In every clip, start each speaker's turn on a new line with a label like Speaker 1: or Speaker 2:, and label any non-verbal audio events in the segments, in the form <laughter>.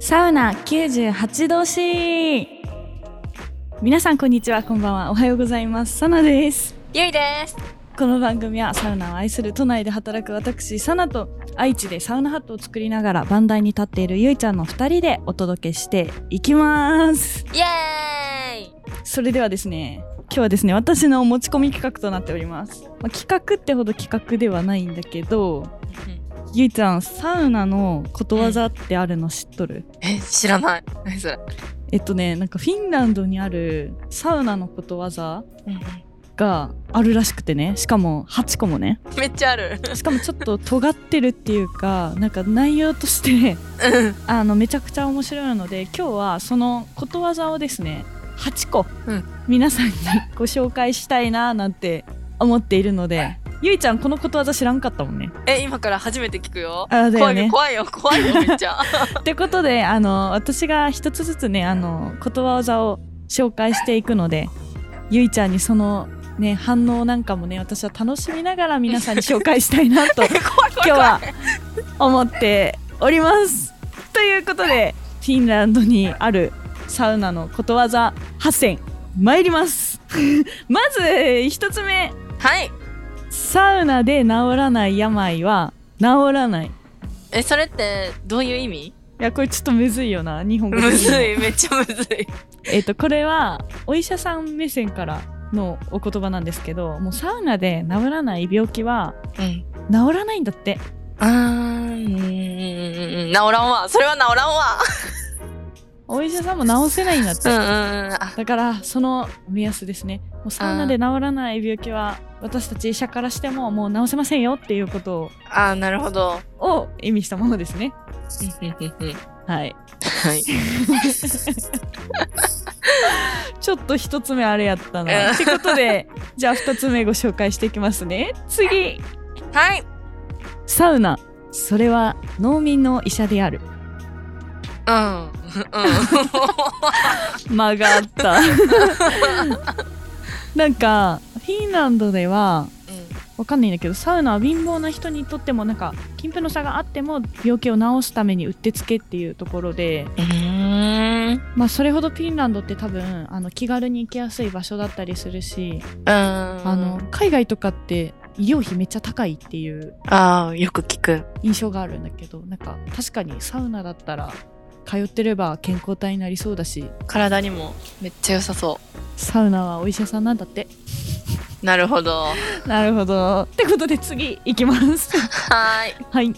Speaker 1: サウナ98度 C 皆さんこんにちはこんばんはおはようございますサナです
Speaker 2: ゆいです。
Speaker 1: この番組はサウナを愛する都内で働く私サナと愛知でサウナハットを作りながら番台に立っているゆいちゃんの2人でお届けしていきます
Speaker 2: イエーイ。
Speaker 1: それではですね今日はですね私の持ち込み企画となっております、まあ、企画ってほど企画ではないんだけどゆいちゃんサウナのことわざってあるの知っとる、
Speaker 2: え、知らない。何それ。
Speaker 1: えっとねなんかフィンランドにあるサウナのことわざがあるらしくてねしかも8個もね
Speaker 2: めっちゃある。
Speaker 1: しかもちょっと尖ってるっていうかなんか内容として
Speaker 2: うん。
Speaker 1: あのめちゃくちゃ面白いので今日はそのことわざをですね8個、
Speaker 2: うん
Speaker 1: 皆さんにご紹介したいななんて思っているのでゆいちゃんこのことわざ知らんかったもんね。
Speaker 2: <laughs> え、今から初めて聞くよ。
Speaker 1: あだ
Speaker 2: 怖
Speaker 1: よ
Speaker 2: い
Speaker 1: ね
Speaker 2: よ、怖いよ、怖いよ、めっ <laughs> ちゃ。
Speaker 1: ってことであの私が一つずつねあのことわざを紹介していくのでゆいちゃんにその、ね、反応なんかもね私は楽しみながら皆さんに紹介したいなと
Speaker 2: <laughs> 怖い怖い
Speaker 1: 今
Speaker 2: 怖い。
Speaker 1: 日は思っております。ということでフィンランドにあるサウナのことわざ8選参ります <laughs> まず1つ目
Speaker 2: はい。
Speaker 1: サウナで治らない病は治らない。い
Speaker 2: え、それって、どういう意味。
Speaker 1: やこれちょっとむずいよな日本語
Speaker 2: む
Speaker 1: 的にも
Speaker 2: ずい、めっちゃむずい。
Speaker 1: えっとこれはお医者さん目線からのお言葉なんですけどもうサウナで治らない病気は
Speaker 2: うん。
Speaker 1: 治らないんだって
Speaker 2: あーん、治らんわ。それは治らんわ。
Speaker 1: お医者さんも治せないんだって、
Speaker 2: ん、うん、あ、
Speaker 1: だからその目安ですねもうサウナで治らない病気は私たち医者からしてももう治せませんよっていうこと
Speaker 2: あー、なるほど。
Speaker 1: をを意味したものですね
Speaker 2: は
Speaker 1: はい
Speaker 2: い。
Speaker 1: ちょっと一つ目あれやった
Speaker 2: う
Speaker 1: なんってことで <laughs> じゃあ二つ目ご紹介していきますね次
Speaker 2: はい。
Speaker 1: サウナそれは農民の医者である
Speaker 2: <laughs> うん。
Speaker 1: 間があったなんかフィンランドでは
Speaker 2: うん。
Speaker 1: わかんないんだけどサウナは貧乏な人にとってもなんか貧富の差があっても病気を治すためにうってつけっていうところで、
Speaker 2: うーん。
Speaker 1: まあ、それほどフィンランドって多分あの気軽に行きやすい場所だったりするし、
Speaker 2: あ
Speaker 1: あの海外とかって医療費めっちゃ高いっていう
Speaker 2: ああ、よく聞く。
Speaker 1: 印象があるんだけどなんか確かにサウナだったら通ってれば健康体になりそうだし
Speaker 2: 体にもめっちゃ良さそ
Speaker 1: サウナはお医者さんなんだって。
Speaker 2: う。なるほど。
Speaker 1: なるほど。ってことで次いきます。
Speaker 2: はーい。
Speaker 1: はい。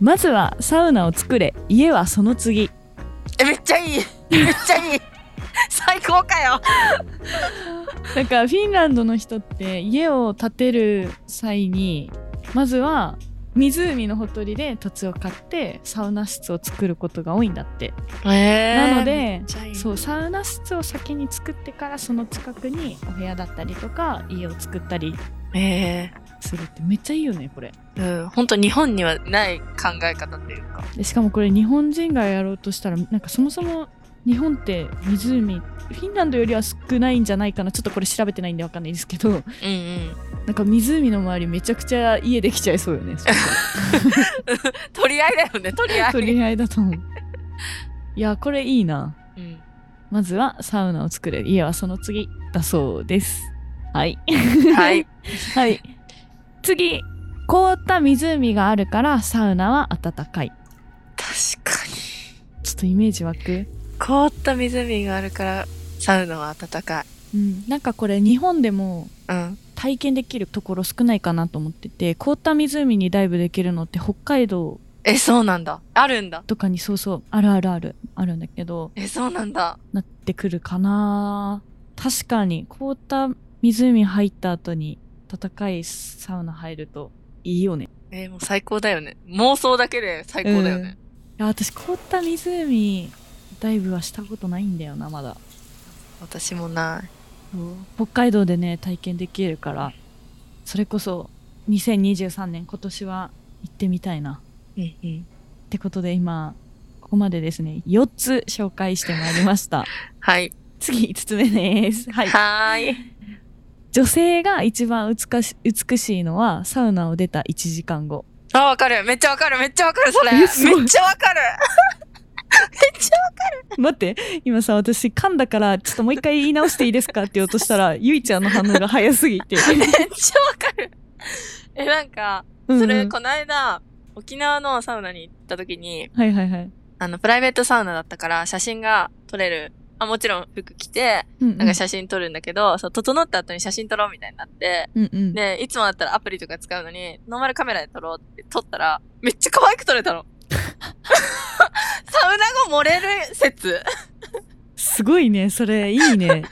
Speaker 1: まずはサウナを作れ。家はその次。
Speaker 2: え、めっちゃいい。めっちゃいい。最高かよ。
Speaker 1: だからフィンランドの人って家を建てる際にまずは湖のほとりで土地を買ってサウナ室を作ることが多いんだって。
Speaker 2: え
Speaker 1: なの、で。
Speaker 2: ちゃい
Speaker 1: そうサウナ室を先に作ってからその近くにお部屋だったりとか家を作ったり
Speaker 2: え
Speaker 1: するってめっちゃいいよねこれ
Speaker 2: えうん、本当日本にはない考え方っていうか。
Speaker 1: でしかもこれ日本人がやろうとしたらなんかそもそも日本って湖フィンランドよりは少ないんじゃないかなちょっとこれ調べてないんでわかんないですけど <laughs>
Speaker 2: うん <laughs> うん。
Speaker 1: なんか湖の周りめちゃくちゃ家できちゃいそうよ
Speaker 2: <laughs>
Speaker 1: ね
Speaker 2: 取り合いだよね、取り合い。
Speaker 1: 取り合いだと思ういやこれいいな
Speaker 2: うん。
Speaker 1: まずはサウナを作れる家はその次だそうですはい
Speaker 2: はい。
Speaker 1: <laughs> はい次凍った湖があるからサウナは暖かい
Speaker 2: 確かに。
Speaker 1: ちょっとイメージ湧く
Speaker 2: 凍った湖があるから、サウナは暖かい。
Speaker 1: うんなんかこれ日本でも
Speaker 2: うん。
Speaker 1: 体験できるところ少ないかなと思ってて凍った湖にダイブできるのって北海道
Speaker 2: え、そうなんだ。あるんだ。
Speaker 1: とかにそうそうあるあるあるあるんだけど
Speaker 2: え、そうなんだ。
Speaker 1: なってくるかな確かに凍った湖入った後に暖いサウナ入るといいよね
Speaker 2: えーもう最高だよね。妄想だけで最高だよね。
Speaker 1: いや私凍った湖ダイブはしたことないんだよなまだ
Speaker 2: 私もない。
Speaker 1: 北海道でね体験できるからそれこそ2023年今年は行ってみたいな
Speaker 2: うんうん。
Speaker 1: ってことで今ここまでですね4つ紹介してまいりました
Speaker 2: <laughs> はい。
Speaker 1: 次5つ目ですはい
Speaker 2: はーい。
Speaker 1: 女性が一番美し美しいのはサウナを出た1時間後
Speaker 2: あ、わかる。めっちゃわかる。めっちゃわかる。それ。
Speaker 1: えすごい
Speaker 2: めっちゃわかる。
Speaker 1: 待って、今さ、私噛んだから、ちょっともう一回言い直していいですかって言おうとした
Speaker 2: <laughs>
Speaker 1: ら、ゆいちゃんの反応が早すぎて。
Speaker 2: めっちゃわかる。 <laughs> え、なんか、そ
Speaker 1: うんう
Speaker 2: れ、
Speaker 1: ん
Speaker 2: この間、沖縄のサウナに行った時に、
Speaker 1: はいはいはい。
Speaker 2: あの、プライベートサウナだったから、写真が撮れる。あ、もちろん服着て、
Speaker 1: うんうん
Speaker 2: なんか写真撮るんだけど、そう、整った後に写真撮ろうみたいになって、
Speaker 1: うんうん。
Speaker 2: で、いつもだったらアプリとか使うのに、ノーマルカメラで撮ろうって撮ったら、めっちゃ可愛く撮れた
Speaker 1: <laughs>
Speaker 2: の。サウナ後漏れる説。
Speaker 1: すごいね、それ、いい
Speaker 2: <laughs>
Speaker 1: ね。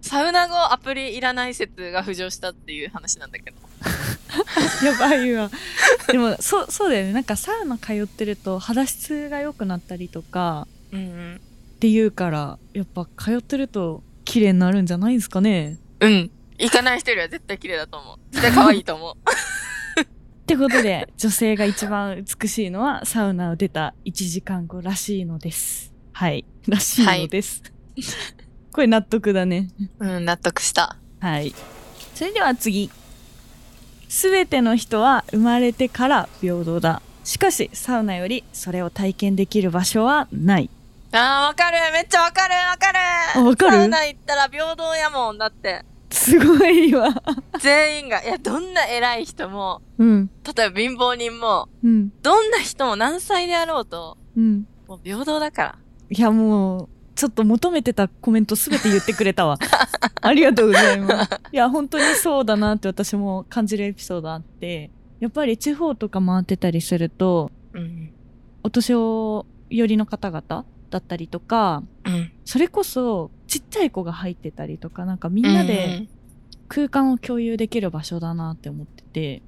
Speaker 2: サウナ後アプリいらない説が浮上したっていう話なんだけど。
Speaker 1: やばいわ。でも、そう、そうだよね。なんかサウナ通ってると肌質が良くなったりとか
Speaker 2: うんうん。
Speaker 1: っていうから、やっぱ通ってると綺麗になるんじゃないですかね。
Speaker 2: うん。行かない人よりは絶対綺麗だと思う。絶対可愛いと思う。
Speaker 1: ってこと <laughs> で、女性が一番美しいのはサウナを出た1時間後らしいのです。はい。らしいのです。これ納得だね。
Speaker 2: <laughs> うん、納得した。
Speaker 1: はい。それでは次。すべての人は生まれてから平等だ。しかし、サウナよりそれを体験できる場所はない。
Speaker 2: あー、わかる。めっちゃわかる。わかる。
Speaker 1: あわかる
Speaker 2: サウナ行ったら平等やもん。だって、
Speaker 1: すごいわ。
Speaker 2: 全員が、いや、どんな偉い人も、
Speaker 1: うん。
Speaker 2: 例えば貧乏人も、
Speaker 1: うん。
Speaker 2: どんな人も何歳であろうと、
Speaker 1: うん。
Speaker 2: もう平等だから。
Speaker 1: いや、もう、ちょっと求めてたコメントすべて言ってくれたわ。ありがとうございます。いや、本当にそうだなって私も感じるエピソードあって、やっぱり地方とか回ってたりすると、
Speaker 2: うん。
Speaker 1: お年寄りの方々だったりとか、
Speaker 2: うん。
Speaker 1: それこそちっちゃい子が入ってたりとか、なんかみんなで、空間を共有できる場所だなって思ってて、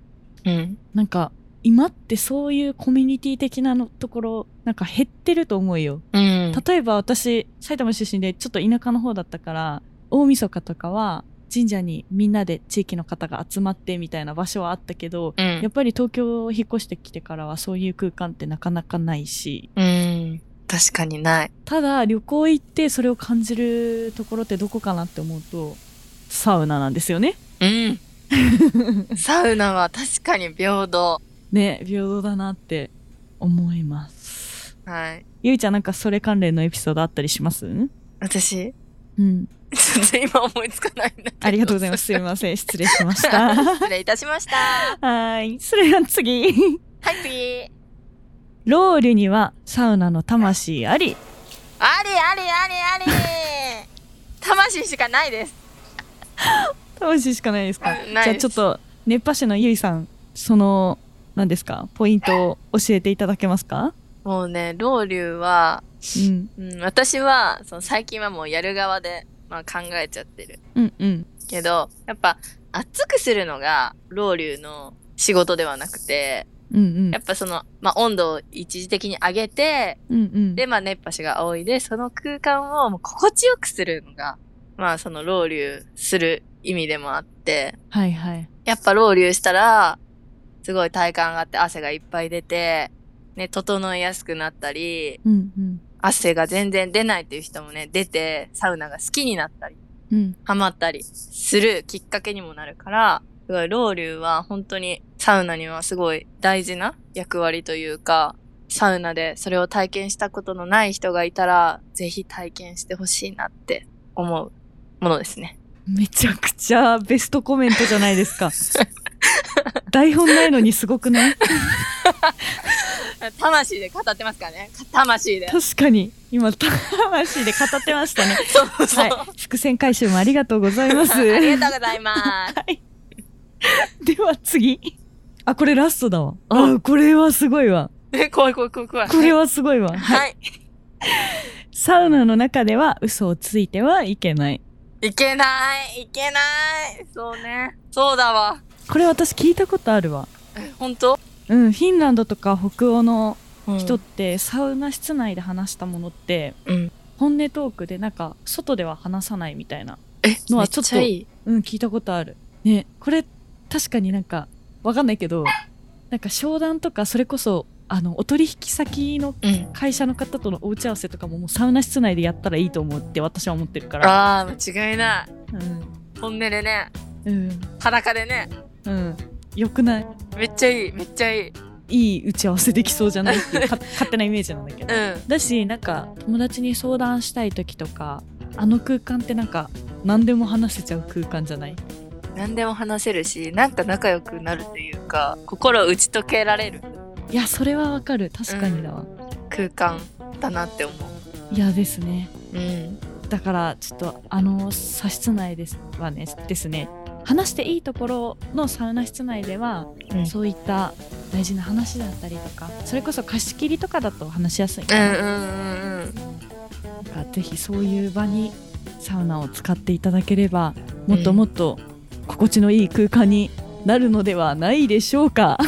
Speaker 2: うん。
Speaker 1: なんか今ってそういうコミュニティ的なのところ、なんか減ってると思うよ。
Speaker 2: うん。
Speaker 1: 例えば私埼玉出身でちょっと田舎の方だったから大晦日とかは神社にみんなで地域の方が集まってみたいな場所はあったけど、
Speaker 2: う
Speaker 1: やっ
Speaker 2: ん。
Speaker 1: ぱり東京を引っ越してきてからはそういう空間ってなかなかないし
Speaker 2: うん。確かにない。
Speaker 1: ただ旅行行ってそれを感じるところってどこかなって思うとサウナなんですよ
Speaker 2: <laughs>
Speaker 1: ね。
Speaker 2: うん。サウナは確かに平等。
Speaker 1: ね平等だなって思います。
Speaker 2: はい。
Speaker 1: ゆいちゃんなんかそれ関連のエピソードあったりしますう
Speaker 2: 私、 <laughs>
Speaker 1: ん。
Speaker 2: ちょっと今思いつかないんだけど。
Speaker 1: ありがとうございます。すいません。失礼しました。は
Speaker 2: 失礼いたしました。は
Speaker 1: ーい。それでは次。 <laughs>
Speaker 2: い、次。
Speaker 1: ロウリュにはサウナの魂あり。
Speaker 2: ありありありあり。魂しかないです。
Speaker 1: 魂しかないですか。
Speaker 2: うんない
Speaker 1: じゃあ
Speaker 2: です
Speaker 1: ちょっと、熱波師のゆいさん、その、何ですか、ポイントを教えていただけますか
Speaker 2: もうね、老流は、
Speaker 1: うん。
Speaker 2: うん、私は、その最近はもうやる側で、まあ考えちゃってる。
Speaker 1: うんうん。
Speaker 2: けど、やっぱ、熱くするのが、老流の仕事ではなくて、
Speaker 1: うんうん
Speaker 2: や。っぱその、まあ温度を一時的に上げて、
Speaker 1: うんうん。
Speaker 2: で、まあ、熱波師が仰いで、その空間をもう心地よくするのが、まあ、その、老流する意味でもあって、
Speaker 1: はいはい。
Speaker 2: やっぱ老流したら、すごい体感があって汗がいっぱい出て、ね、整いやすくなったり、
Speaker 1: うんうん。
Speaker 2: 汗が全然出ないっていう人もね、出て、サウナが好きになったり、
Speaker 1: うん。
Speaker 2: ハマったりするきっかけにもなるから、すごい、老流は本当にサウナにはすごい大事な役割というか、サウナでそれを体験したことのない人がいたら、ぜひ体験してほしいなって思うものですね。
Speaker 1: めちゃくちゃベストコメントじゃないですか。 <laughs> 台本ないのにすごくね。
Speaker 2: 魂で語ってますからね。魂で。
Speaker 1: 確かに。今、魂で語ってましたね。
Speaker 2: そうそう。
Speaker 1: はい。伏線回収もありがとうございます。
Speaker 2: ありがとうございます。
Speaker 1: では次。あ、これラストだわ。あ、これはすごいわ。
Speaker 2: <laughs> え、怖い怖い怖い怖い。
Speaker 1: これはすごいわ。
Speaker 2: はい。
Speaker 1: <laughs> サウナの中では嘘をついてはいけない。
Speaker 2: いけない、いけない。そうね。そうだわ。
Speaker 1: これ私聞いたことあるわ。
Speaker 2: え、本当
Speaker 1: うん、フィンランドとか北欧の人
Speaker 2: 人
Speaker 1: ってサウナ室内で話したものって、
Speaker 2: うん
Speaker 1: 本音トークでなんか外では話さないみたいな。
Speaker 2: え、
Speaker 1: の
Speaker 2: め
Speaker 1: は
Speaker 2: っ
Speaker 1: ちょっと
Speaker 2: ちゃいい。
Speaker 1: うん、聞いたことある。ね、これ確かになんかわかんないけど、なんか商談とかそれこそあのお取引先の
Speaker 2: うん。
Speaker 1: 会社の方とのお打ち合わせとかももうサウナ室内でやったらいいと思うって私は思ってるから。
Speaker 2: あー、間違いない。
Speaker 1: うん。
Speaker 2: 本音でね、
Speaker 1: うん。
Speaker 2: 裸でね、
Speaker 1: うん。よくない
Speaker 2: めっちゃいい、めっちゃいい。
Speaker 1: いいい打ち合わせできそうじゃないっていうか勝手なイメージなんだけど、
Speaker 2: うん。
Speaker 1: だしなんか友達に相談したい時とかあの空間ってなんか何でも話せちゃう空間じゃない
Speaker 2: 何でも話せるし、なんか仲良くなるというか、心を打ち解けられる
Speaker 1: いやそれはわかる確かにだわ、
Speaker 2: 空間だなって思
Speaker 1: いやですね
Speaker 2: う。うん。
Speaker 1: だからちょっとあの差室内ですはねですね話していいところのサウナ室内では、
Speaker 2: うん
Speaker 1: そういった大事な話だったりとかそれこそ貸し切りとかだと話しやすいか
Speaker 2: うん
Speaker 1: ら、
Speaker 2: うんうんうん。
Speaker 1: なんかぜひそういう場にサウナを使っていただければもっともっと心地のいい空間になるのではないでしょうか。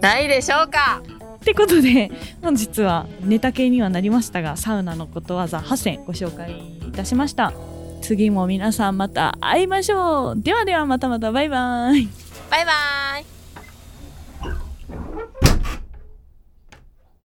Speaker 2: ないでしょうか
Speaker 1: ってことで本日はネタ系にはなりましたがサウナのことわざ8選ご紹介いたしました次も皆さんまた会いましょうではではまたまたバイバイ
Speaker 2: バイバーイ